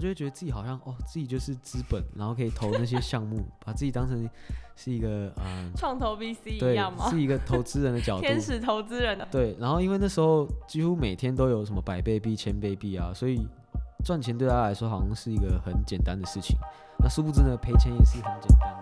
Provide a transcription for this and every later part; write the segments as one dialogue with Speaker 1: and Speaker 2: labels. Speaker 1: 就会觉得自己好像哦，自己就是资本，然后可以投那些项目，把自己当成是一个嗯，
Speaker 2: 创投 VC 一
Speaker 1: 对
Speaker 2: 样，吗？
Speaker 1: 是一个投资人的角度。
Speaker 2: 天使投资人的
Speaker 1: 对，然后因为那时候几乎每天都有什么百倍币、千倍币啊，所以赚钱对他来说好像是一个很简单的事情。那殊不知呢，赔钱也是很简单的。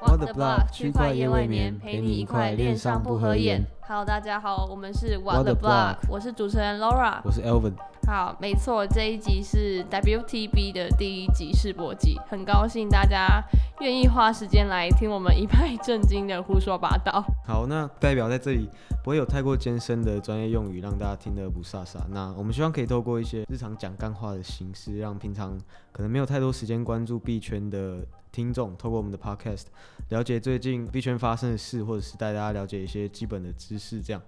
Speaker 1: What the block，区块链未眠陪你一块恋上不合眼。
Speaker 2: Hello，大家好，我们是
Speaker 1: What
Speaker 2: What the
Speaker 1: the
Speaker 2: block，我是主持人 Laura。
Speaker 1: 我是 Elvin，
Speaker 2: 好，没错，这一集是 WTB 的第一集试播集，很高兴大家愿意花时间来听我们一派正经的胡说八道。
Speaker 1: 好，那代表在这里不会有太过艰深的专业用语，让大家听得不飒飒。那我们希望可以透过一些日常讲干话的形式，让平常可能没有太多时间关注币圈的听众，透过我们的 podcast 了解最近币圈发生的事，或者是带大家了解一些基本的知识。这样，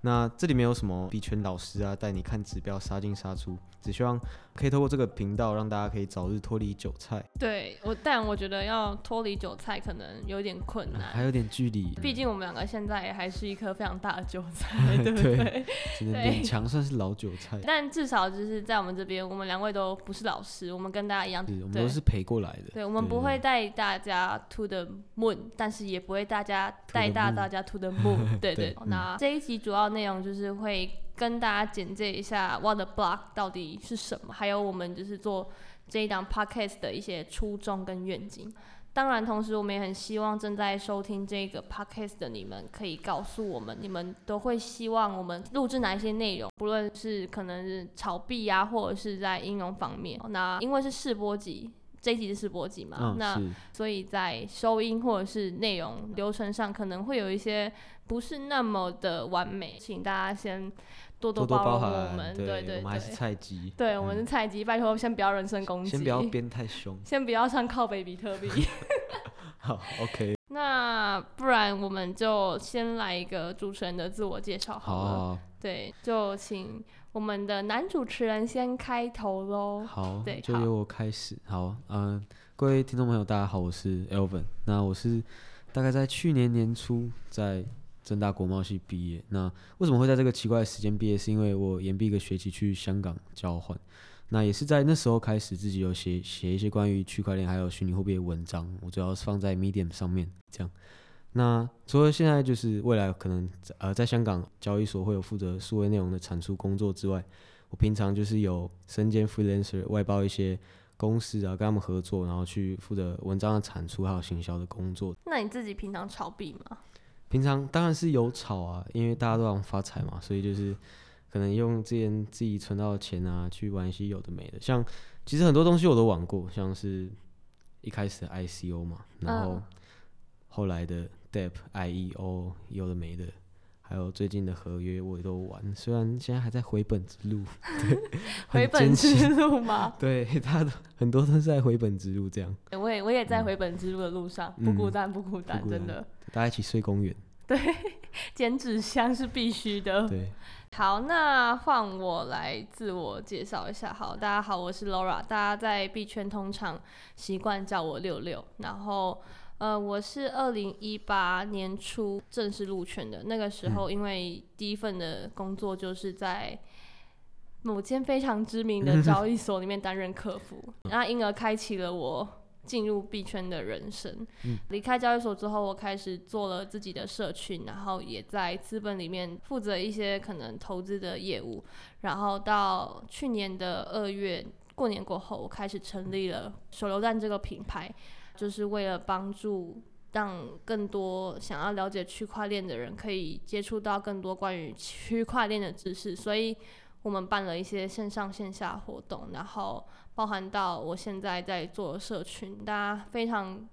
Speaker 1: 那这里没有什么币圈老师啊，带你看指标杀进杀出，只希望可以透过这个频道，让大家可以早日脱离韭菜，
Speaker 2: 对我，但我觉得要脱离韭菜可能有点困
Speaker 1: 啊
Speaker 2: 难。
Speaker 1: 还有点距 离，
Speaker 2: 毕竟我们两个现在也还是一颗非常大的韭 菜，对不
Speaker 1: 对
Speaker 2: 对？
Speaker 1: 只能
Speaker 2: 对
Speaker 1: 勉强算是老韭菜。
Speaker 2: 但至少就是在我们这边，我们两位都不是老师，我们跟大家一样，
Speaker 1: 是我们
Speaker 2: 对
Speaker 1: 都是陪过来的，
Speaker 2: 对，我们不会带大家 to the moon，但是也不会大家
Speaker 1: the
Speaker 2: 带大
Speaker 1: moon
Speaker 2: 大家 to the moon。对
Speaker 1: 对
Speaker 2: 对，那这一集主要内容就是会跟大家简介一下 What the Block 到底是什么，还有我们就是做这一档 podcast 的一些初衷跟愿景。当然，同时我们也很希望正在收听这个 podcast 的你们，可以告诉我们，你们都会希望我们录制哪一些内容，不论是可能是炒币啊，或者是在应用方面。那因为是试播集，这一集是试播集嘛，
Speaker 1: 嗯，
Speaker 2: 那
Speaker 1: 是
Speaker 2: 所以在收音或者是内容流程上，可能会有一些不是那么的完美，请大家先多
Speaker 1: 多多
Speaker 2: 包
Speaker 1: 包
Speaker 2: 容
Speaker 1: 涵，
Speaker 2: 我们。
Speaker 1: 对
Speaker 2: 对对
Speaker 1: 我们还是
Speaker 2: 对，
Speaker 1: 菜鸡，
Speaker 2: 对我们是
Speaker 1: 嗯
Speaker 2: 菜鸡，拜托先不要人身攻击，
Speaker 1: 先不要 编太凶，
Speaker 2: 先不要上靠北比特币。
Speaker 1: 好，OK，
Speaker 2: 那不然我们就先来一个主持人的自我介绍好了。
Speaker 1: 好
Speaker 2: 对，就请我们的男主持人先开头喽。
Speaker 1: 好
Speaker 2: 对，
Speaker 1: 就
Speaker 2: 好
Speaker 1: 由我开始，好，嗯、各位听众朋友，大家好，我是 Elvin，那我是大概在去年年初在正大国贸系毕业，那为什么会在这个奇怪的时间毕业？是因为我延毕一个学期去香港交换。那也是在那时候开始，自己有写写一些关于区块链还有虚拟货币的文章，我主要是放在 Medium 上面这样。那除了现在就是未来可能呃在香港交易所会有负责数位内容的产出工作之外，我平常就是有身兼 freelancer 外包一些公司啊，跟他们合作，然后去负责文章的产出还有行销的工作。
Speaker 2: 那你自己平常炒币吗？
Speaker 1: 平常当然是有炒啊，因为大家都想发财嘛，所以就是可能用之前自己存到的钱啊，去玩一些有的没的。像其实很多东西我都玩过，像是一开始的 ICO 嘛，然后
Speaker 2: 嗯
Speaker 1: 后来的 DEP、IEO 有的没的，还有最近的合约我也都玩。虽然现在还在回本之路， 对，
Speaker 2: 回
Speaker 1: 很艰
Speaker 2: 本之
Speaker 1: 辛。
Speaker 2: 路吗？
Speaker 1: 对， 大家都 很多都是在回本之路这样，
Speaker 2: 我也我也在回本之路的路上，不孤
Speaker 1: 嗯
Speaker 2: 单不孤单，
Speaker 1: 孤
Speaker 2: 真
Speaker 1: 单
Speaker 2: 的，
Speaker 1: 大家一起睡公园。
Speaker 2: 剪纸箱是必须的。
Speaker 1: 对，
Speaker 2: 好，那换我来自我介绍一下。好，大家好，我是 Laura。大家在币圈通常习惯叫我六六。然后，呃，我是二零一八年初正式入圈的。那个时候，因为第一份的工作就是在某间非常知名的交易所里面担任客服，那因而开启了我。进入币圈的人生，离开交易所之后，我开始做了自己的社群，然后也在资本里面负责一些可能投资的业务。然后到去年的二月过年过后，我开始成立了手榴弹这个品牌，就是为了帮助让更多想要了解区块链的人可以接触到更多关于区块链的知识。所以我们办了一些线上线下活动，然后包含到我现在在做的社群，大家非常。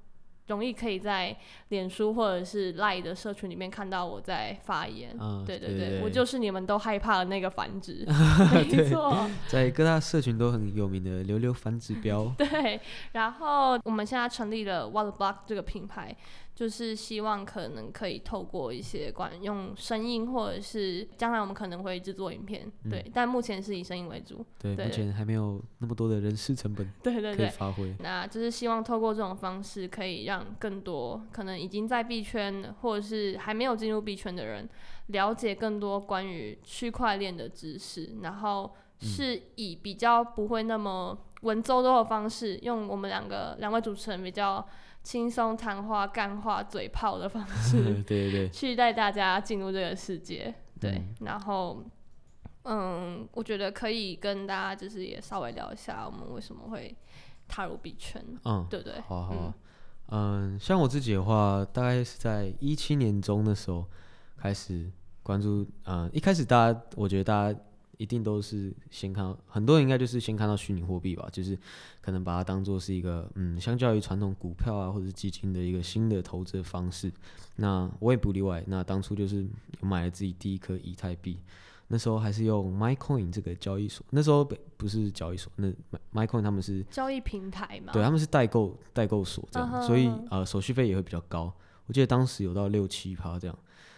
Speaker 2: 容易可以在脸书或者是 Line 的社群里面看到我在发言，
Speaker 1: 嗯，
Speaker 2: 对啊对
Speaker 1: 对
Speaker 2: 对，我
Speaker 1: 对
Speaker 2: 就是你们都害怕的那个繁 殖，没错，
Speaker 1: 在各大社群都很有名的“溜溜反指 标
Speaker 2: 对。然后我们现在成立了 What the Block 这个品牌，就是希望可能可以透过一些管用声音，或者是将来我们可能会制作影片，对。但目前是以声音为主，”，
Speaker 1: 对，
Speaker 2: 对
Speaker 1: 目前还没有那么多的人事成本
Speaker 2: 对对
Speaker 1: 可以
Speaker 2: 对。
Speaker 1: 发挥。
Speaker 2: 那就是希望透过这种方式，可以让更多可能已经在币圈或者是还没有进入币圈的人，了解更多关于区块链的知识，然后是以比较不会那么文绉绉的方式，用我们两个两位主持人比较轻松谈话、干话、嘴炮的方 式
Speaker 1: 对对对，
Speaker 2: 去带大家进入这个世界。对，
Speaker 1: 嗯
Speaker 2: 然后，嗯，我觉得可以跟大家就是也稍微聊一下我们为什么会踏入币圈，
Speaker 1: 嗯，
Speaker 2: 对不对？
Speaker 1: 好啊好啊，嗯，像我自己的话，大概是在一七年中的时候开始关注，嗯，一开始大家，我觉得大家一定都是先看到，很多人应该就是先看到虚拟货币吧，就是可能把它当做是一个，嗯，相较于传统股票啊或者是基金的一个新的投资的方式，那我也不例外，那当初就是买了自己第一颗以太币。那时候还是用 MyCoin 这个交易所，那时候不不是交易所，那 My- MyCoin 他们是
Speaker 2: 交易平台嘛，
Speaker 1: 对，啊他们是代购代购所这样
Speaker 2: 嗯哼
Speaker 1: 所以
Speaker 2: 嗯
Speaker 1: 呃手续费也会比较高。我记得当时有到六七趴这样。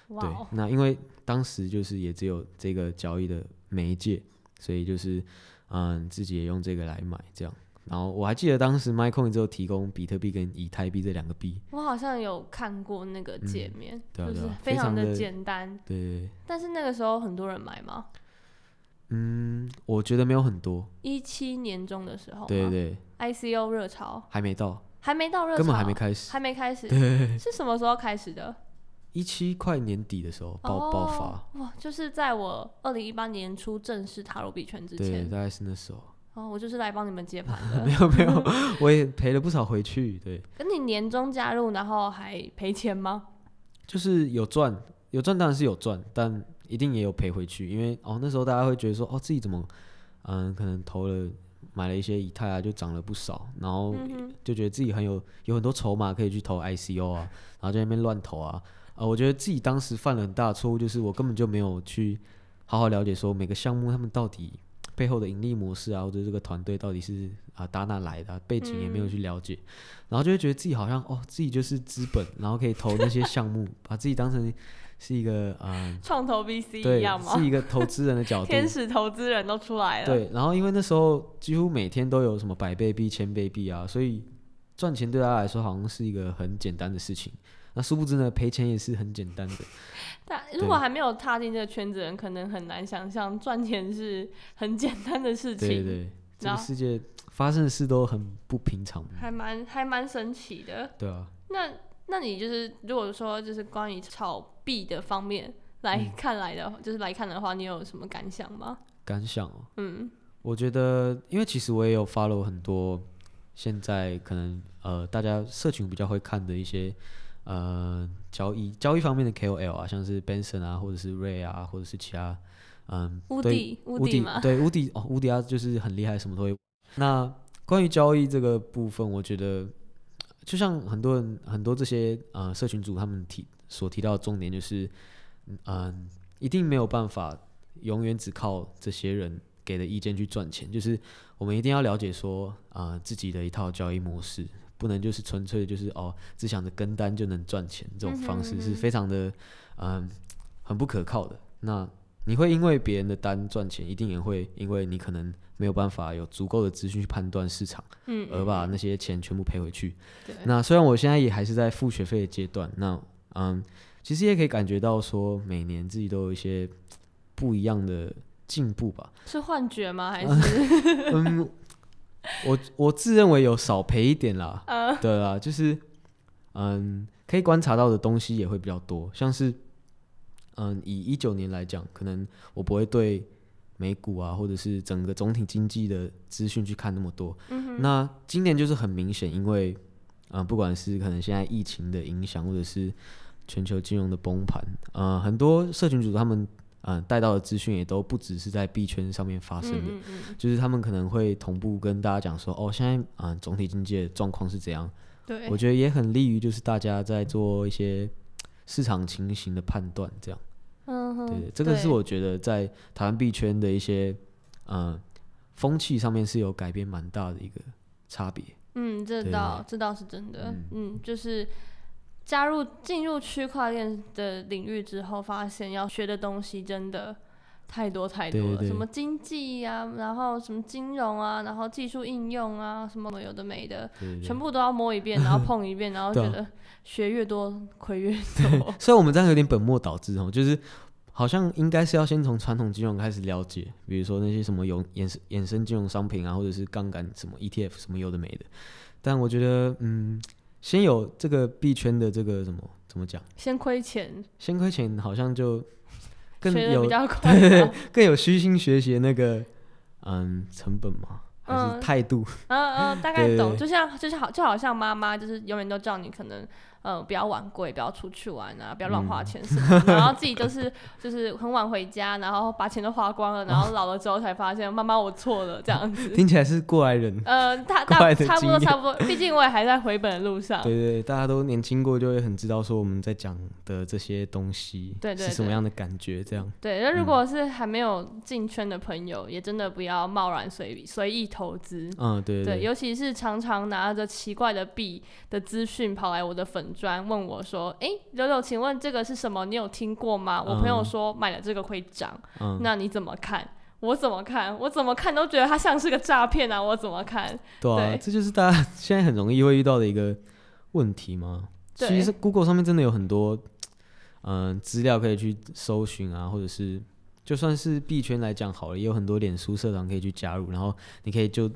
Speaker 2: 哇
Speaker 1: 对
Speaker 2: 哦，，
Speaker 1: 那因为当时就是也只有这个交易的媒介，所以就是嗯自己也用这个来买这样。然后我还记得当时 MyCoin 只有提供比特币跟以太币这两个币，
Speaker 2: 我好像有看过那个界面，
Speaker 1: 对啊
Speaker 2: 就是
Speaker 1: 对啊
Speaker 2: 非
Speaker 1: 非常
Speaker 2: 常的
Speaker 1: 地
Speaker 2: 简单，
Speaker 1: 对对对，
Speaker 2: 但是那个时候很多人买吗？
Speaker 1: 嗯，我觉得没有很多，
Speaker 2: 一七年中的时候吗，
Speaker 1: 对对对，
Speaker 2: i c o 热潮
Speaker 1: 还没到，
Speaker 2: 还没到热潮，
Speaker 1: 根本还没开始，
Speaker 2: 还没开始，是什么时候开始的？
Speaker 1: 一七快年底的时候爆爆发，
Speaker 2: 哦哇，就是在我二零一八年初正式踏入币圈之
Speaker 1: 对，
Speaker 2: 前，
Speaker 1: 大概是那时候，
Speaker 2: 哦，我就是来帮你们接盘的。
Speaker 1: 没有没有，我也赔了不少回去，对。
Speaker 2: 跟你年终加入，然后还赔钱吗？
Speaker 1: 就是有赚，有赚当然是有赚，但一定也有赔回去，因为哦那时候大家会觉得说哦自己怎么，嗯可能投了买了一些以太啊就涨了不少，然后
Speaker 2: 嗯哼，
Speaker 1: 就觉得自己很有有很多筹码可以去投 ICO 啊，然后在那边乱投啊，啊我觉得自己当时犯了很大的错误，就是我根本就没有去好好了解说每个项目他们到底。背后的盈利模式啊，或者这个团队到底是啊打哪来的啊、背景也
Speaker 2: 嗯
Speaker 1: 没有去了解，然后就会觉得自己好像哦，自己就是资本，然后可以投那些项目， 把自己当成是一个啊、
Speaker 2: 创投
Speaker 1: 呃
Speaker 2: VC 一
Speaker 1: 对
Speaker 2: 样，吗
Speaker 1: 是？一个投资人的角度。
Speaker 2: 天使投资人都出来了，
Speaker 1: 对，然后因为那时候几乎每天都有什么百倍币、千倍币啊，所以赚钱对他来说好像是一个很简单的事情。那殊不知呢，赔钱也是很简单的。
Speaker 2: 但如果还没有踏进这个圈子的人，可能很难想象赚钱是很简单的事情，
Speaker 1: 对对对，这
Speaker 2: 然
Speaker 1: 个
Speaker 2: 后
Speaker 1: 世界发生的事都很不平常。
Speaker 2: 还蛮还蛮神奇的。
Speaker 1: 对啊，
Speaker 2: 那那你就是如果说就是关于炒币的方面来
Speaker 1: 嗯
Speaker 2: 看来的，就是来看的话，你有什么感想吗？
Speaker 1: 感想哦，
Speaker 2: 嗯，
Speaker 1: 我觉得，因为其实我也有 follow 很多现在可能呃大家社群比较会看的一些呃交易交易方面的 KOL 啊，像是 Benson 啊，或者是 Ray 啊，或者是其他嗯
Speaker 2: 乌
Speaker 1: 对
Speaker 2: 迪乌
Speaker 1: 无
Speaker 2: 迪
Speaker 1: 敌
Speaker 2: 嘛，
Speaker 1: 对无敌哦，无敌他就是很厉害，什么都会。那关于交易这个部分，我觉得就像很多人很多这些呃社群主他们提所提到的重点就是，嗯、一定没有办法永远只靠这些人给的意见去赚钱，就是我们一定要了解说啊、呃自己的一套交易模式。不能就是纯粹就是哦，只想着跟单就能赚钱这种方式是非常的，嗯，很不可靠的。那你会因为别人的单赚钱，一定也会因为你可能没有办法有足够的资讯去判断市场，
Speaker 2: 嗯，
Speaker 1: 而把那些钱全部赔回去。
Speaker 2: 对
Speaker 1: 那虽然我现在也还是在付学费的阶段，那嗯，其实也可以感觉到说，每年自己都有一些不一样的进步吧。
Speaker 2: 是幻觉吗？还是
Speaker 1: 嗯，我我自认为有少赔一点啦，对啦，就是嗯，可以观察到的东西也会比较多，像是嗯，以一九年来讲，可能我不会对美股啊，或者是整个总体经济的资讯去看那么多。那今年就是很明显，因为嗯、呃不管是可能现在疫情的影响，或者是全球金融的崩盘，呃，很多社群主他们嗯、呃带到的资讯也都不只是在币圈上面发生的。
Speaker 2: 嗯嗯 嗯，
Speaker 1: 就是他们可能会同步跟大家讲说，哦，现在啊、呃总体经济的状况是怎样？
Speaker 2: 对
Speaker 1: 我，觉得也很利于就是大家在做一些市场情形的判断，这样。
Speaker 2: 嗯哼，
Speaker 1: 对对，这个是
Speaker 2: 对
Speaker 1: 我觉得在台湾币圈的一些呃风气上面是有改变蛮大的一个差别。
Speaker 2: 嗯，这
Speaker 1: 对
Speaker 2: 倒这倒是真的，嗯，就是加入进入区块链的领域之后，发现要学的东西真的太多太多
Speaker 1: 对
Speaker 2: 了，
Speaker 1: 对
Speaker 2: 什么经济呀、然后什么金融啊，然后技术应用啊，什么有的没的，
Speaker 1: 对对对
Speaker 2: 全部都要摸一遍，然后碰一遍，然后
Speaker 1: 对
Speaker 2: 觉
Speaker 1: 啊
Speaker 2: 得学越多亏越多
Speaker 1: ，虽然我们这样有点本末倒置哦，就是好像应该是要先从传统金融开始了解，比如说那些什么有衍生衍生金融商品啊，或者是杠杆什么 ETF 什么有的没的。但我觉得，嗯，先有这个币圈的这个什么怎么讲，
Speaker 2: 先亏钱，
Speaker 1: 先亏钱好像就更
Speaker 2: 学的
Speaker 1: 有
Speaker 2: 比较快吧。
Speaker 1: 更有虚心学习的那个嗯成本嘛，还
Speaker 2: 嗯
Speaker 1: 是态度？
Speaker 2: 嗯嗯，大概懂，
Speaker 1: 对
Speaker 2: 就像就是好就好像妈妈就是永远都叫你可能呃不要晚归，不要出去玩啊，不要乱花
Speaker 1: 嗯
Speaker 2: 钱什么的，然后自己就是就是很晚回家，然后把钱都花光了，然后老了之后才发现妈妈我错了这样子。
Speaker 1: 听起来是过来人。
Speaker 2: 呃，大
Speaker 1: 怪
Speaker 2: 大
Speaker 1: 的
Speaker 2: 差不
Speaker 1: 经
Speaker 2: 多
Speaker 1: 验
Speaker 2: 差不多，毕竟我也还在回本的路上。
Speaker 1: 对对，大家都年轻过，就会很知道说我们在讲的这些东西
Speaker 2: 对对
Speaker 1: 是什么
Speaker 2: 对
Speaker 1: 样的感觉，这样。
Speaker 2: 对，那如果是还没有进圈的朋友，也真的不要贸然随随意投资。
Speaker 1: 嗯，对
Speaker 2: 对，
Speaker 1: 对
Speaker 2: 尤其是常常拿着奇怪的币的资讯跑来我的粉砖问我说：“诶，柳柳，请问这个是什么？你有听过吗？”我朋友
Speaker 1: 嗯
Speaker 2: 说买了这个会涨，
Speaker 1: 嗯，
Speaker 2: 那你怎么看？我怎么看？我怎么看都觉得它像是个诈骗啊！我怎么看？
Speaker 1: 对啊，
Speaker 2: 对
Speaker 1: 这就是大家现在很容易会遇到的一个问题嘛。
Speaker 2: 对
Speaker 1: 其实 Google 上面真的有很多嗯、呃资料可以去搜寻啊，或者是就算是币圈来讲好了，也有很多脸书社团可以去加入，然后你可以就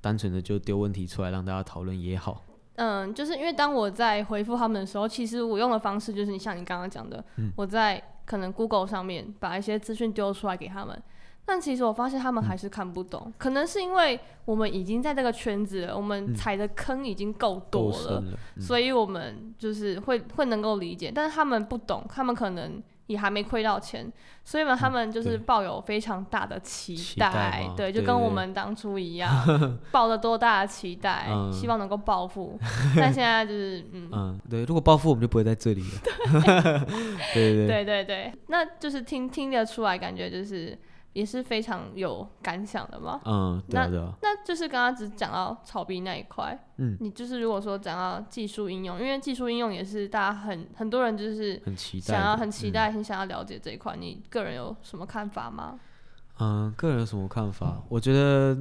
Speaker 1: 单纯的就丢问题出来让大家讨论也好。
Speaker 2: 嗯，就是因为当我在回复他们的时候，其实我用的方式就是你像你刚刚讲的，
Speaker 1: 嗯
Speaker 2: 我在可能 Google 上面把一些资讯丢出来给他们，但其实我发现他
Speaker 1: 嗯
Speaker 2: 们还是看不懂，可能是因为我们已经在这个圈子了，我们踩的坑已经够
Speaker 1: 嗯够
Speaker 2: 多了，
Speaker 1: 深了，嗯
Speaker 2: 所以我们就是会会能够理解，但是他们不懂，他们可能。也还没亏到钱，所以嘛，他们就是
Speaker 1: 嗯对
Speaker 2: 抱有非常大的期
Speaker 1: 期
Speaker 2: 待，
Speaker 1: 待嘛
Speaker 2: 对，就
Speaker 1: 对
Speaker 2: 跟我
Speaker 1: 对
Speaker 2: 们当初一样，抱了多大的期待，
Speaker 1: 嗯
Speaker 2: 希望能够 暴富。但现在就是，嗯，
Speaker 1: 嗯，对，如果暴富我们就不会在这里了。对对对，
Speaker 2: 对对对，那就是听听得出来，感觉就是也是非常有感想的嘛。
Speaker 1: 嗯，对啊对啊，
Speaker 2: 那就是刚刚只讲到炒币那一块，
Speaker 1: 嗯，
Speaker 2: 你就是如果说讲到技术应用，因为技术应用也是大家很很多人就是
Speaker 1: 很期待的，
Speaker 2: 想要很期
Speaker 1: 嗯
Speaker 2: 待、很想要了解这一块，你个人有什么看法吗？
Speaker 1: 嗯，个人有什么看法？我觉得，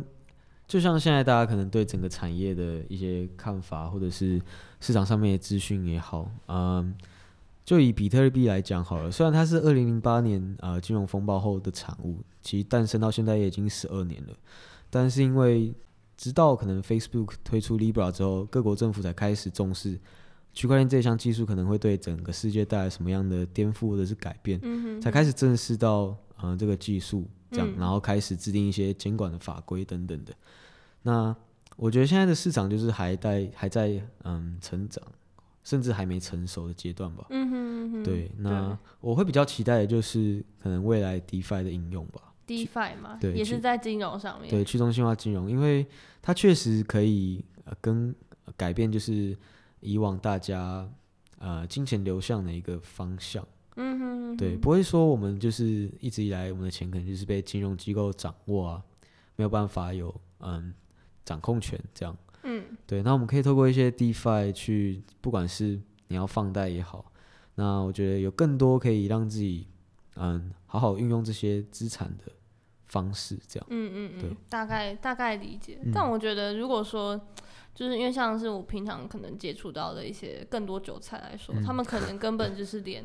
Speaker 1: 就像现在大家可能对整个产业的一些看法，或者是市场上面的资讯也好，嗯，就以比特币来讲好了，虽然它是二零零八年呃金融风暴后的产物，其实诞生到现在也已经十二年了，但是因为直到可能 Facebook 推出 Libra 之后，各国政府才开始重视区块链这项技术可能会对整个世界带来什么样的颠覆或者是改变。
Speaker 2: 嗯
Speaker 1: 才
Speaker 2: 哼，
Speaker 1: 开始正视到嗯、呃这个技术这样，
Speaker 2: 嗯
Speaker 1: 然后开始制定一些监管的法规等等的。那我觉得现在的市场就是还在还在嗯成长，甚至还没成熟的阶段吧。
Speaker 2: 嗯哼嗯哼，
Speaker 1: 对，那我会比较期待的就是可能未来 DeFi 的应用吧。
Speaker 2: DeFi 嘛，
Speaker 1: 对
Speaker 2: 也
Speaker 1: 去嗯
Speaker 2: 是在金融上面，
Speaker 1: 对，去中心化金融，因为它确实可以呃跟呃改变就是以往大家呃金钱流向的一个方向。
Speaker 2: 嗯哼嗯哼，
Speaker 1: 对，不会说我们就是一直以来我们的钱可能就是被金融机构掌握啊，没有办法有嗯掌控权这样。
Speaker 2: 嗯
Speaker 1: 对，那我们可以透过一些 DeFi 去，不管是你要放贷也好，那我觉得有更多可以让自己嗯好好运用这些资产的方式这样。
Speaker 2: 嗯嗯
Speaker 1: 对
Speaker 2: 嗯，大概大概理解。
Speaker 1: 嗯
Speaker 2: 但我觉得，如果说就是因为像是我平常可能接触到的一些更多韭菜来说，
Speaker 1: 嗯
Speaker 2: 他们可能根本就是连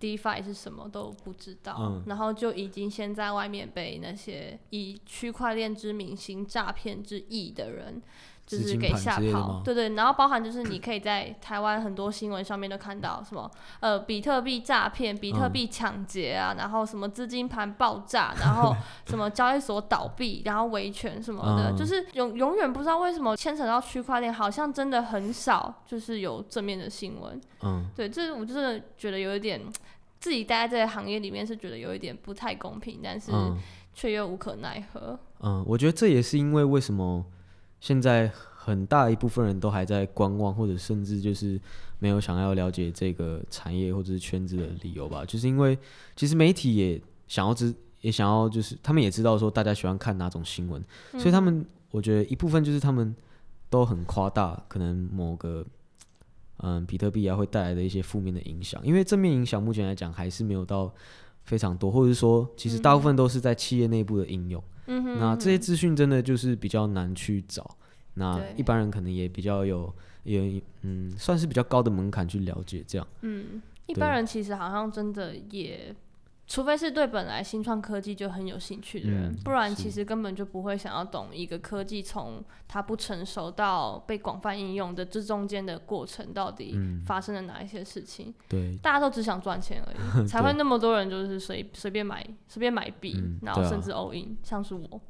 Speaker 2: DeFi 是什么都不知道，
Speaker 1: 嗯
Speaker 2: 然后就已经先在外面被那些以区块链之名行诈骗之意的人。就
Speaker 1: 资
Speaker 2: 是
Speaker 1: 金
Speaker 2: 给
Speaker 1: 盘
Speaker 2: 吓
Speaker 1: 之类的
Speaker 2: 跑
Speaker 1: 吗，
Speaker 2: 对对，然后包含就是你可以在台湾很多新闻上面都看 到什么呃比特币诈骗、比特
Speaker 1: 嗯
Speaker 2: 币抢劫啊，然后什么资金盘爆炸，然后什么交易所倒闭，然后维权什么的，
Speaker 1: 嗯
Speaker 2: 就是永永远不知道为什么牵扯到区块链，好像真的很少就是有正面的新闻。
Speaker 1: 嗯，
Speaker 2: 对，这我真的觉得有一点。自己待在这个行业里面是觉得有一点不太公平，但是
Speaker 1: 嗯
Speaker 2: 却又无可奈何。
Speaker 1: 嗯，我觉得这也是因为为什么现在很大一部分人都还在观望，或者甚至就是没有想要了解这个产业或者是圈子的理由吧，就是因为其实媒体也想要知，也想要就是他们也知道说大家喜欢看哪种新闻，所以他
Speaker 2: 嗯
Speaker 1: 们我觉得一部分就是他们都很夸大可能某个。嗯，比特币啊会带来的一些负面的影响，因为正面影响目前来讲还是没有到非常多，或者是说其实大部分都是在企业内部的应用。
Speaker 2: 嗯哼，
Speaker 1: 那这些资讯真的就是比较难去找，那
Speaker 2: 对
Speaker 1: 一般人可能也比较有也嗯，算是比较高的门槛去了解这样。
Speaker 2: 嗯，一
Speaker 1: 对
Speaker 2: 般人其实好像真的也除非是对本来新创科技就很有兴趣的人，
Speaker 1: 嗯
Speaker 2: 不然
Speaker 1: 是
Speaker 2: 其实根本就不会想要懂一个科技从它不成熟到被广泛应用的这中间的过程到底
Speaker 1: 嗯
Speaker 2: 发生了哪一些事情。
Speaker 1: 对，
Speaker 2: 大家都只想赚钱 而已， 才会那么多人就是随随便买随便买币，
Speaker 1: 嗯
Speaker 2: 然后
Speaker 1: 对啊
Speaker 2: 甚至 all in，、像是我，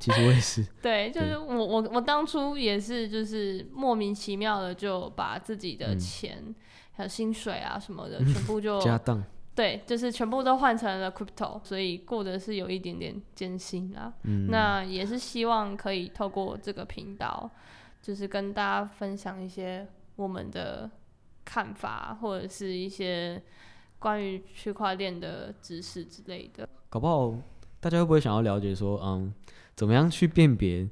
Speaker 1: 其实我也是，
Speaker 2: 对，就
Speaker 1: 对
Speaker 2: 是我我我当初也是就是莫名其妙的就把自己的
Speaker 1: 嗯
Speaker 2: 钱、还有薪水啊什么的全 部 就
Speaker 1: 家当，
Speaker 2: 对，就是全部都换成了 crypto，所以过得是有一点点艰辛啦。
Speaker 1: 嗯，
Speaker 2: 那也是希望可以透过这个频道，就是跟大家分享一些我们的看法，或者是一些关于区块链的知识之类的。
Speaker 1: 搞不好大家会不会想要了解说，嗯，怎么样去辨别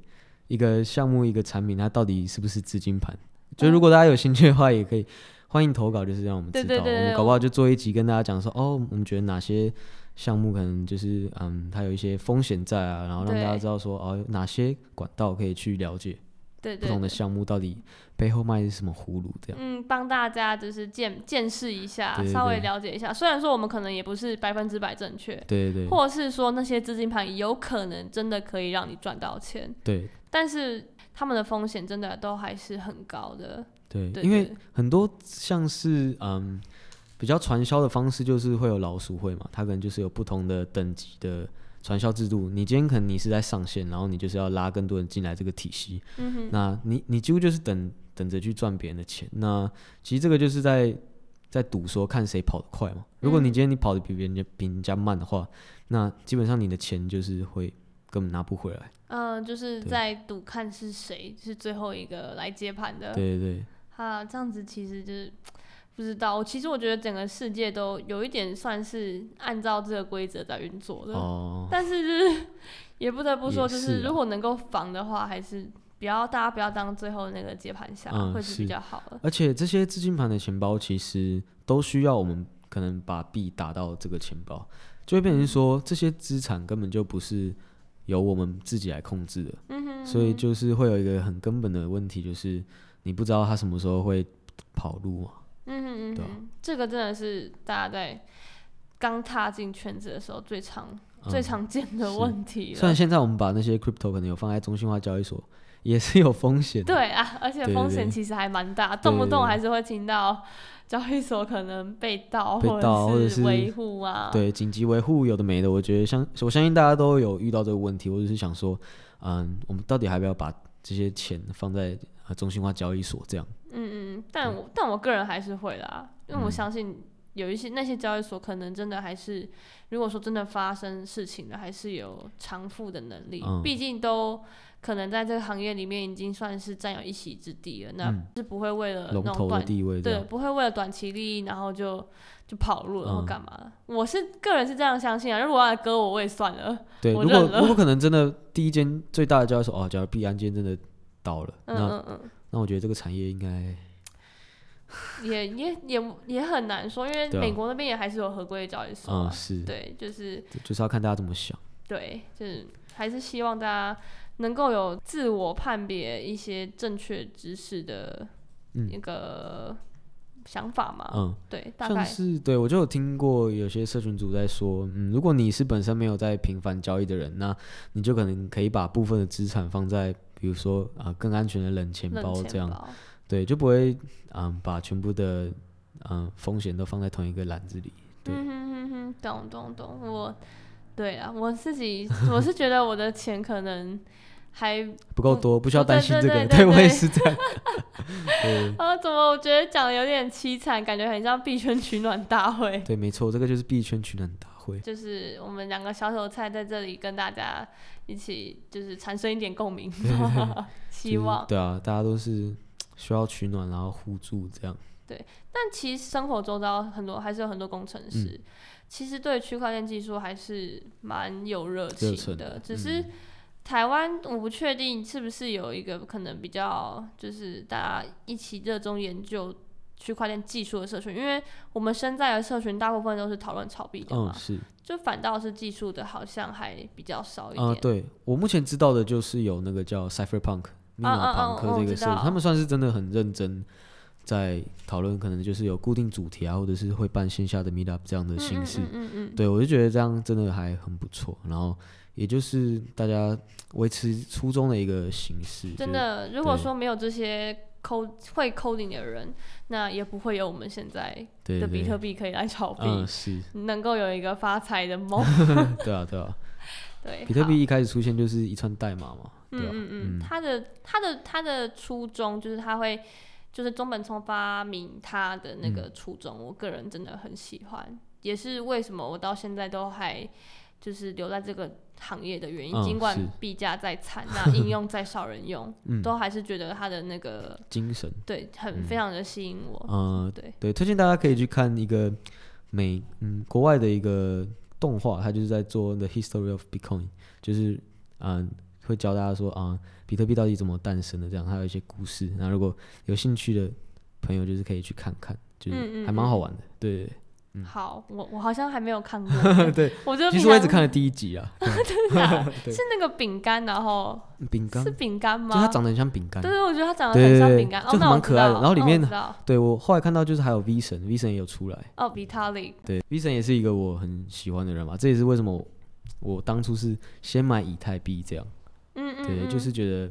Speaker 1: 一个项目、一个产品它到底是不是资金盘？就如果大家有兴趣的话，也可以欢迎投稿，就是让我们知
Speaker 2: 对
Speaker 1: 道，
Speaker 2: 对对
Speaker 1: 我
Speaker 2: 对
Speaker 1: 们搞不好就做一集跟大家讲说，哦，我们觉得哪些项目可能就是嗯，它有一些风险在啊，然后让大家
Speaker 2: 对
Speaker 1: 知道说，哦，哪些管道可以去了解
Speaker 2: 对
Speaker 1: 不
Speaker 2: 对
Speaker 1: 同的
Speaker 2: 对，
Speaker 1: 项目到底背后卖的是什么葫芦这样。
Speaker 2: 嗯，帮大家就是见见识一下，
Speaker 1: 对对
Speaker 2: 稍微
Speaker 1: 对
Speaker 2: 了解一下。虽然说我们可能也不是百分之百正确，
Speaker 1: 对对对
Speaker 2: 或是说那些资金盘有可能真的可以让你赚到钱，
Speaker 1: 对
Speaker 2: 但是他们的风险真的都还是很高的。
Speaker 1: 对
Speaker 2: 对
Speaker 1: 因为
Speaker 2: 对
Speaker 1: 很多像是嗯比较传销的方式，就是会有老鼠会嘛，它可能就是有不同的等级的传销制度。你今天可能你是在上线，然后你就是要拉更多人进来这个体系，
Speaker 2: 嗯哼。
Speaker 1: 那你你几乎就是等等着去赚别人的钱。那其实这个就是在在赌说看谁跑得快嘛。如
Speaker 2: 嗯
Speaker 1: 果你今天你跑得比别人家比人家慢的话，那基本上你的钱就是会根本拿不回来。
Speaker 2: 嗯，就是
Speaker 1: 对
Speaker 2: 在赌看是谁是最后一个来接盘的。
Speaker 1: 对对对，
Speaker 2: 啊，这样子其实就是不知道。其实我觉得整个世界都有一点算是按照这个规则在运作的，
Speaker 1: 哦，
Speaker 2: 但是就是也不得不说，
Speaker 1: 也
Speaker 2: 就是是
Speaker 1: 啊
Speaker 2: 如果能够防的话，还是不要大家不要当最后那个接盘侠，
Speaker 1: 嗯
Speaker 2: 会是比
Speaker 1: 是
Speaker 2: 较好的。
Speaker 1: 而且这些资金盘的钱包其实都需要我们可能把币打到这个钱包，就会变成说这些资产根本就不是由我们自己来控制的，
Speaker 2: 嗯哼，
Speaker 1: 所以就是会有一个很根本的问题，就是你不知道它什么时候会跑路嘛。
Speaker 2: 嗯哼嗯
Speaker 1: 对啊
Speaker 2: 哼，这个真的是大家在刚踏进圈子的时候最常、最
Speaker 1: 嗯
Speaker 2: 常见的
Speaker 1: 是
Speaker 2: 问题了。
Speaker 1: 虽然现在我们把那些 crypto 可能有放在中心化交易所，也是有风险的。
Speaker 2: 对啊，而且
Speaker 1: 对对
Speaker 2: 风险
Speaker 1: 对
Speaker 2: 其实还蛮大，
Speaker 1: 对
Speaker 2: 动不
Speaker 1: 对
Speaker 2: 动
Speaker 1: 对
Speaker 2: 还是会听到交易所可能被盗，
Speaker 1: 被盗或者
Speaker 2: 是
Speaker 1: 是
Speaker 2: 维护啊。
Speaker 1: 对，紧急维护有的没的，我觉得相我相信大家都有遇到这个问题，我只是想说，嗯，我们到底还不要把这些钱放在呃中心化交易所这样？
Speaker 2: 嗯嗯，但我但我个人还是会啦，因为
Speaker 1: 嗯
Speaker 2: 我相信有一些那些交易所可能真的还是，如果说真的发生事情了，还是有偿付的能力，
Speaker 1: 嗯
Speaker 2: 毕竟都。可能在这个行业里面已经算是占有一席之地了，那
Speaker 1: 嗯
Speaker 2: 是不会为了
Speaker 1: 龙
Speaker 2: 那种
Speaker 1: 头
Speaker 2: 短
Speaker 1: 的地位这
Speaker 2: 对，
Speaker 1: 样。
Speaker 2: 不会为了短期利益，然后就就跑路了或
Speaker 1: 嗯
Speaker 2: 干嘛、我是个人是这样相信啊，如果要来割我，我也算了。
Speaker 1: 对，
Speaker 2: 我
Speaker 1: 如果
Speaker 2: 认了
Speaker 1: 如果可能真的第一间最大的交易所哦，假如币安今天真的倒了，
Speaker 2: 嗯
Speaker 1: 那
Speaker 2: 嗯嗯，
Speaker 1: 那我觉得这个产业应该
Speaker 2: 也也也也很难说，因为
Speaker 1: 对啊
Speaker 2: 美国那边也还是有合规的交易所、啊
Speaker 1: 嗯是，
Speaker 2: 对，就是
Speaker 1: 就是要看大家怎么想。
Speaker 2: 对，就是还是希望大家能够有自我判别一些正确知识的
Speaker 1: 嗯
Speaker 2: 一个想法嘛。
Speaker 1: 嗯，
Speaker 2: 对，大
Speaker 1: 像
Speaker 2: 概
Speaker 1: 是对我就有听过有些社群组在说，嗯，如果你是本身没有在频繁交易的人，那你就可能可以把部分的资产放在比如说啊、呃更安全的冷钱
Speaker 2: 冷
Speaker 1: 包
Speaker 2: 钱
Speaker 1: 这样，
Speaker 2: 包
Speaker 1: 对，就不会嗯、把全部的嗯、风险都放在同一个篮子里。对
Speaker 2: 嗯哼哼哼，懂懂懂，我对啊，我自己我是觉得我的钱可能还
Speaker 1: 不够多，不需要
Speaker 2: 嗯哦对
Speaker 1: 担心
Speaker 2: 对
Speaker 1: 这
Speaker 2: 对
Speaker 1: 个。
Speaker 2: 对
Speaker 1: 我
Speaker 2: 对
Speaker 1: 也是这样。对
Speaker 2: 啊，怎么我觉得讲的有点凄惨，感觉很像币圈取暖大会，
Speaker 1: 对，没错，这个就是币圈取暖大会。
Speaker 2: 就是我们两个小韭菜在这里跟大家一起就是产生一点共鸣， 希
Speaker 1: 就是
Speaker 2: 望。
Speaker 1: 对啊，大家都是需要取暖，然后互助这样。
Speaker 2: 但其实生活周遭很多还是有很多工程师，其实对区块链技术还是蛮有热
Speaker 1: 热
Speaker 2: 情
Speaker 1: 忱
Speaker 2: 的，
Speaker 1: 的
Speaker 2: 只是。台湾我不确定是不是有一个可能比较，就是大家一起热衷研究区块链技术的社群，因为我们身在的社群大部分都是讨论炒币的
Speaker 1: 嗯
Speaker 2: 嘛，，
Speaker 1: 是。
Speaker 2: 就反倒是技术的好像还比较少一
Speaker 1: 啊、
Speaker 2: 点。
Speaker 1: 对我目前知道的就是有那个叫 Cypherpunk 密
Speaker 2: 啊啊
Speaker 1: 码
Speaker 2: 啊
Speaker 1: 朋
Speaker 2: 我
Speaker 1: 克这
Speaker 2: 知
Speaker 1: 个社群，
Speaker 2: 道
Speaker 1: 他们算是真的很认真在讨论，可能就是有固定主题啊，或者是会办线下的 meet up 这样的形式。
Speaker 2: 嗯嗯嗯嗯
Speaker 1: 对我就觉得这样真的还很不错，然后也就是大家维持初衷的一个形式。
Speaker 2: 嗯，真
Speaker 1: 就是
Speaker 2: 的，如果
Speaker 1: 对
Speaker 2: 说没有这些抠会 coding 的人，那也不会有我们现在
Speaker 1: 对
Speaker 2: 的
Speaker 1: 对
Speaker 2: 比
Speaker 1: 对
Speaker 2: 特币可以来炒币，
Speaker 1: 嗯是，
Speaker 2: 能够有一个发财 的梦。
Speaker 1: 对啊 对啊，
Speaker 2: 对，
Speaker 1: 比特
Speaker 2: 好
Speaker 1: 币一开始出现就是一串代码嘛，对啊吧、
Speaker 2: 嗯嗯嗯，他的他的他的初衷就是他会，就是中本聪发明他的那
Speaker 1: 嗯
Speaker 2: 个初衷，我个人真的很喜欢，也是为什么我到现在都还就是留在这个行业的原因。
Speaker 1: 嗯
Speaker 2: 尽管
Speaker 1: 是
Speaker 2: 币价再 惨，那应用再少人用，
Speaker 1: 嗯
Speaker 2: 都还是觉得他的那个
Speaker 1: 精神，
Speaker 2: 对很非常的吸引我。
Speaker 1: 嗯、
Speaker 2: 对，
Speaker 1: 对，推荐大家可以去看一个美嗯国外的一个动画，它就是在做《The History of Bitcoin》，就是嗯、会教大家说啊、比特币到底怎么诞生的，这样还有一些故事。那如果有兴趣的朋友，就是可以去看看，
Speaker 2: 嗯
Speaker 1: 就是还蛮好玩的。对，
Speaker 2: 好，我我好像还没有看过
Speaker 1: 对
Speaker 2: 我
Speaker 1: 对，
Speaker 2: 就
Speaker 1: 嗯其
Speaker 2: 平
Speaker 1: 实我一直
Speaker 2: 常
Speaker 1: 看了第一集 啊，对
Speaker 2: 是那个饼干，然后
Speaker 1: 饼干，
Speaker 2: 是
Speaker 1: 就
Speaker 2: 饼干吗？
Speaker 1: 它长得很像饼干
Speaker 2: 对。对，我觉得它长得
Speaker 1: 对
Speaker 2: 很
Speaker 1: 对
Speaker 2: 像
Speaker 1: 对
Speaker 2: 饼干，哦
Speaker 1: 就，
Speaker 2: 那
Speaker 1: 蛮
Speaker 2: 我知
Speaker 1: 可爱的
Speaker 2: 道
Speaker 1: 然后里
Speaker 2: 那我
Speaker 1: 面
Speaker 2: 知道
Speaker 1: 对我后来看到就是还有 V 神，V 神也有出来。
Speaker 2: 哦，Vitalik，
Speaker 1: 对，V 神也是一个我很喜欢的人嘛，这也是为什么我我当初是先买以太币这样。
Speaker 2: 嗯嗯，
Speaker 1: 对，
Speaker 2: 嗯
Speaker 1: 就是觉得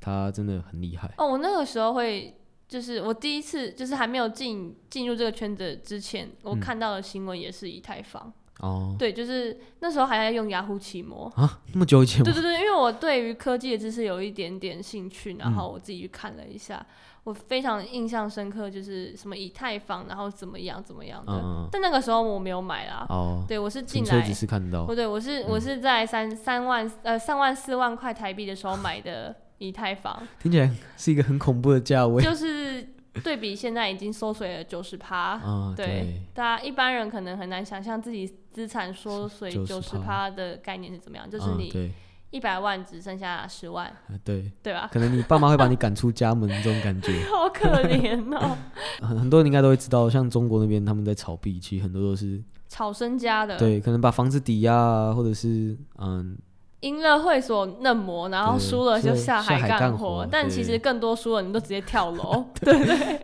Speaker 1: 他真的很厉害。
Speaker 2: 哦，我那个时候会，就是我第一次，就是还没有进进入这个圈子之前，我看到的新闻也是以太坊，
Speaker 1: 嗯哦，啊
Speaker 2: 对，就是那时候还在用雅虎 奇摩。
Speaker 1: 那么久以前
Speaker 2: 对
Speaker 1: 吗？
Speaker 2: 对对，因为我对于科技的知识有一点点兴趣，然
Speaker 1: 嗯
Speaker 2: 后我自己去看了一下，我非常印象深刻，就是什么以太坊，然后怎么样怎么样的。
Speaker 1: 嗯嗯，
Speaker 2: 但那个时候我没有买啦，
Speaker 1: 哦，
Speaker 2: 对我是
Speaker 1: 纯
Speaker 2: 进
Speaker 1: 粹
Speaker 2: 来
Speaker 1: 只是看到
Speaker 2: 不对，我
Speaker 1: 嗯
Speaker 2: 是我是在三三万呃三万四万块台币的时候买的以太 坊，
Speaker 1: 听起来是一个很恐怖的价位
Speaker 2: 就是对比现在已经缩水了九十趴。
Speaker 1: 啊。
Speaker 2: 对
Speaker 1: 对，，
Speaker 2: 大家一般人可能很难想象自己资产缩水九十趴
Speaker 1: 90%
Speaker 2: 的概念是怎么样，就是
Speaker 1: 嗯
Speaker 2: 你
Speaker 1: 对
Speaker 2: 一百万只剩下十万，
Speaker 1: 啊对，
Speaker 2: 对吧？
Speaker 1: 可能你爸妈会把你赶出家门这种感觉。
Speaker 2: 好可怜 哦，
Speaker 1: 很很多人应该都会知道，像中国那边他们在炒币，其实很多都是
Speaker 2: 草身家的，
Speaker 1: 对，可能把房子抵押啊，或者是嗯
Speaker 2: 赢了会所嫩模，然后
Speaker 1: 对
Speaker 2: 输了就
Speaker 1: 输了
Speaker 2: 下
Speaker 1: 下海
Speaker 2: 干
Speaker 1: 干活
Speaker 2: 但
Speaker 1: 对
Speaker 2: 其实更多输了，你都直接跳楼，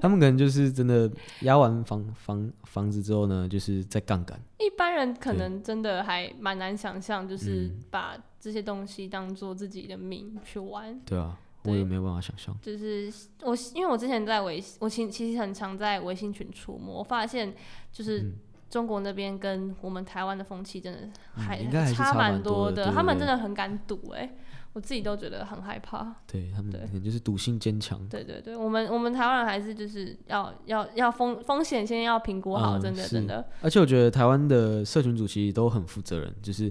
Speaker 1: 他们可能就是真的押完房房房子之后呢，就是在杠杆。
Speaker 2: 一般人可
Speaker 1: 对
Speaker 2: 能真的还蛮难想象，就是
Speaker 1: 嗯
Speaker 2: 把这些东西当做自己的命去玩。
Speaker 1: 对啊，我
Speaker 2: 对
Speaker 1: 也没有办法想象。
Speaker 2: 就是我，因为我之前在微，我其其实很常在微信群出没，我发现就是中国那边跟我们台湾的风气真的
Speaker 1: 嗯
Speaker 2: 还、
Speaker 1: 应该还是
Speaker 2: 差
Speaker 1: 差蛮
Speaker 2: 多
Speaker 1: 多的对
Speaker 2: 他们
Speaker 1: 对
Speaker 2: 真的很敢赌哎、我自己都觉得很害怕。
Speaker 1: 对他们
Speaker 2: 对
Speaker 1: 可能就是赌性坚强。
Speaker 2: 对对对，我们我们台湾人还是就是要要要风风险先要评估好，
Speaker 1: 嗯
Speaker 2: 真的
Speaker 1: 是
Speaker 2: 真的。
Speaker 1: 而且我觉得台湾的社群主其实都很负责任，就是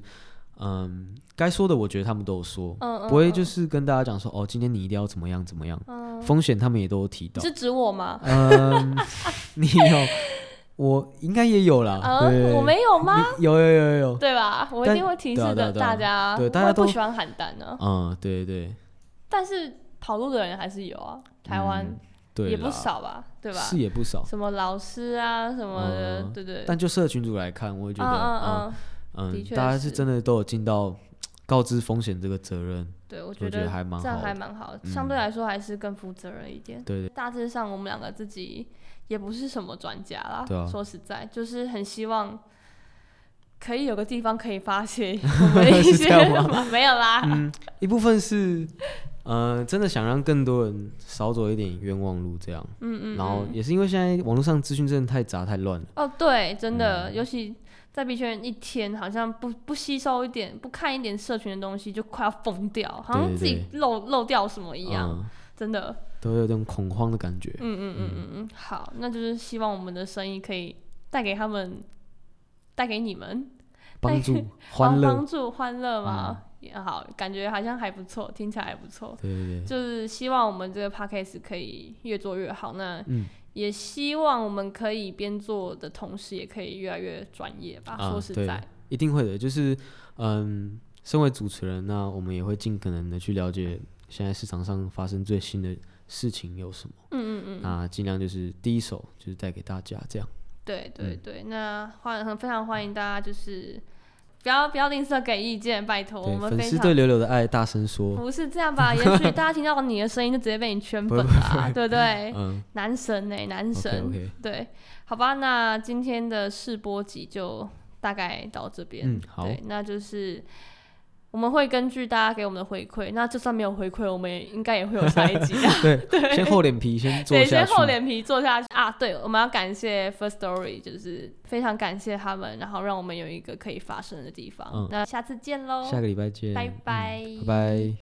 Speaker 1: 嗯，该说的我觉得他们都有说，
Speaker 2: 嗯嗯
Speaker 1: 不会
Speaker 2: 嗯
Speaker 1: 就是跟大家讲说哦，今天你一定要怎么样怎么样，
Speaker 2: 嗯，
Speaker 1: 风险他们也都有提
Speaker 2: 你
Speaker 1: 到。
Speaker 2: 是指我吗？
Speaker 1: 嗯， 你有，我应该也有啦，
Speaker 2: 嗯，
Speaker 1: 啊对对
Speaker 2: 我没有吗？
Speaker 1: 对有有有有有，
Speaker 2: 对吧？我一
Speaker 1: 但
Speaker 2: 定会提
Speaker 1: 对啊
Speaker 2: 示
Speaker 1: 对啊
Speaker 2: 的
Speaker 1: 对啊
Speaker 2: 大家，
Speaker 1: 对大
Speaker 2: 我
Speaker 1: 家
Speaker 2: 也不
Speaker 1: 都
Speaker 2: 喜欢喊单呢、
Speaker 1: 嗯，对对
Speaker 2: 但是跑路的人还是有啊，台湾、
Speaker 1: 嗯对，
Speaker 2: 也不
Speaker 1: 啦，
Speaker 2: 少吧，对吧？
Speaker 1: 是也不少，
Speaker 2: 什么老师啊，什么的，
Speaker 1: 嗯
Speaker 2: 对对。
Speaker 1: 但就社群主来看，我会觉
Speaker 2: 嗯
Speaker 1: 得
Speaker 2: 嗯
Speaker 1: 啊，
Speaker 2: 嗯，
Speaker 1: 嗯
Speaker 2: 的确
Speaker 1: 大家
Speaker 2: 是
Speaker 1: 是真的都有尽到告知风险这个责任，
Speaker 2: 对，我觉
Speaker 1: 我觉得
Speaker 2: 得
Speaker 1: 还蛮
Speaker 2: 这样
Speaker 1: 好
Speaker 2: 还
Speaker 1: 的。
Speaker 2: 蛮好的，
Speaker 1: 嗯
Speaker 2: 相对来说还是更负责任一点。
Speaker 1: 对对
Speaker 2: 大致上我们两个自己也不是什么专家啦，
Speaker 1: 对啊
Speaker 2: 说实在，就是很希望。可以有个地方可以 发泄我们一
Speaker 1: 是
Speaker 2: 些
Speaker 1: 这样
Speaker 2: 没有啦，
Speaker 1: 嗯，一部分是，呃，真的想让更多人少走一点冤枉路，这样。
Speaker 2: 嗯嗯，
Speaker 1: 然后
Speaker 2: 嗯
Speaker 1: 也是因为现在网络上资讯真的太杂太乱了，
Speaker 2: 哦，对，真的，
Speaker 1: 嗯
Speaker 2: 尤其在币圈一天，好像不不吸收一点，不看一点社群的东西，就快要疯掉，好像
Speaker 1: 对
Speaker 2: 自己漏漏掉什么一样，
Speaker 1: 嗯，
Speaker 2: 真的。
Speaker 1: 都会有这种恐慌的感觉。
Speaker 2: 嗯嗯嗯嗯嗯，好，那就是希望我们的声音可以带给他们，带给你们
Speaker 1: 帮助
Speaker 2: 帮
Speaker 1: 欢乐，嗯
Speaker 2: 帮助、欢乐嘛。也好，感觉好像还不错，听起来还不错。
Speaker 1: 对对对，
Speaker 2: 就是希望我们这个 podcast 可以越做越好。那
Speaker 1: 嗯
Speaker 2: 也希望我们可以边做的同时，也可以越来越专业吧。
Speaker 1: 啊
Speaker 2: 说实
Speaker 1: 对
Speaker 2: 在，
Speaker 1: 一定会的。就是，嗯，身为主持人，那我们也会尽可能的去了解现在市场上发生最新的事情有什么，
Speaker 2: 嗯嗯嗯，
Speaker 1: 那尽量就是第一手就是带给大家这样。
Speaker 2: 对对
Speaker 1: 嗯
Speaker 2: 对。那欢很非常欢迎大家就是不要不要吝啬给意见，拜托，我
Speaker 1: 对，
Speaker 2: 们
Speaker 1: 粉
Speaker 2: 非
Speaker 1: 丝
Speaker 2: 常哦
Speaker 1: 对柳柳的爱大声说，
Speaker 2: 不是这样吧？也许大家听到你的声音就直接被你圈粉了、啊，对不对？
Speaker 1: 嗯
Speaker 2: 男神呢、男
Speaker 1: ，OK
Speaker 2: 神
Speaker 1: OK，
Speaker 2: 对，好吧，那今天的试播集就大概到这边。
Speaker 1: 嗯好
Speaker 2: 对，那就是我们会根据大家给我们的回馈，那就算没有回馈，我们也应该也会有下一 集、啊。
Speaker 1: 对，
Speaker 2: 对，
Speaker 1: 先厚脸皮，先做
Speaker 2: 对，
Speaker 1: 下
Speaker 2: 先
Speaker 1: 去，
Speaker 2: 厚脸皮做下去啊！对，我们要感谢 First Story，就是非常感谢他们，然后让我们有一个可以发声的地方。
Speaker 1: 嗯
Speaker 2: 那下次见喽，
Speaker 1: 下个礼拜见，
Speaker 2: 拜
Speaker 1: 嗯
Speaker 2: 拜
Speaker 1: 拜拜。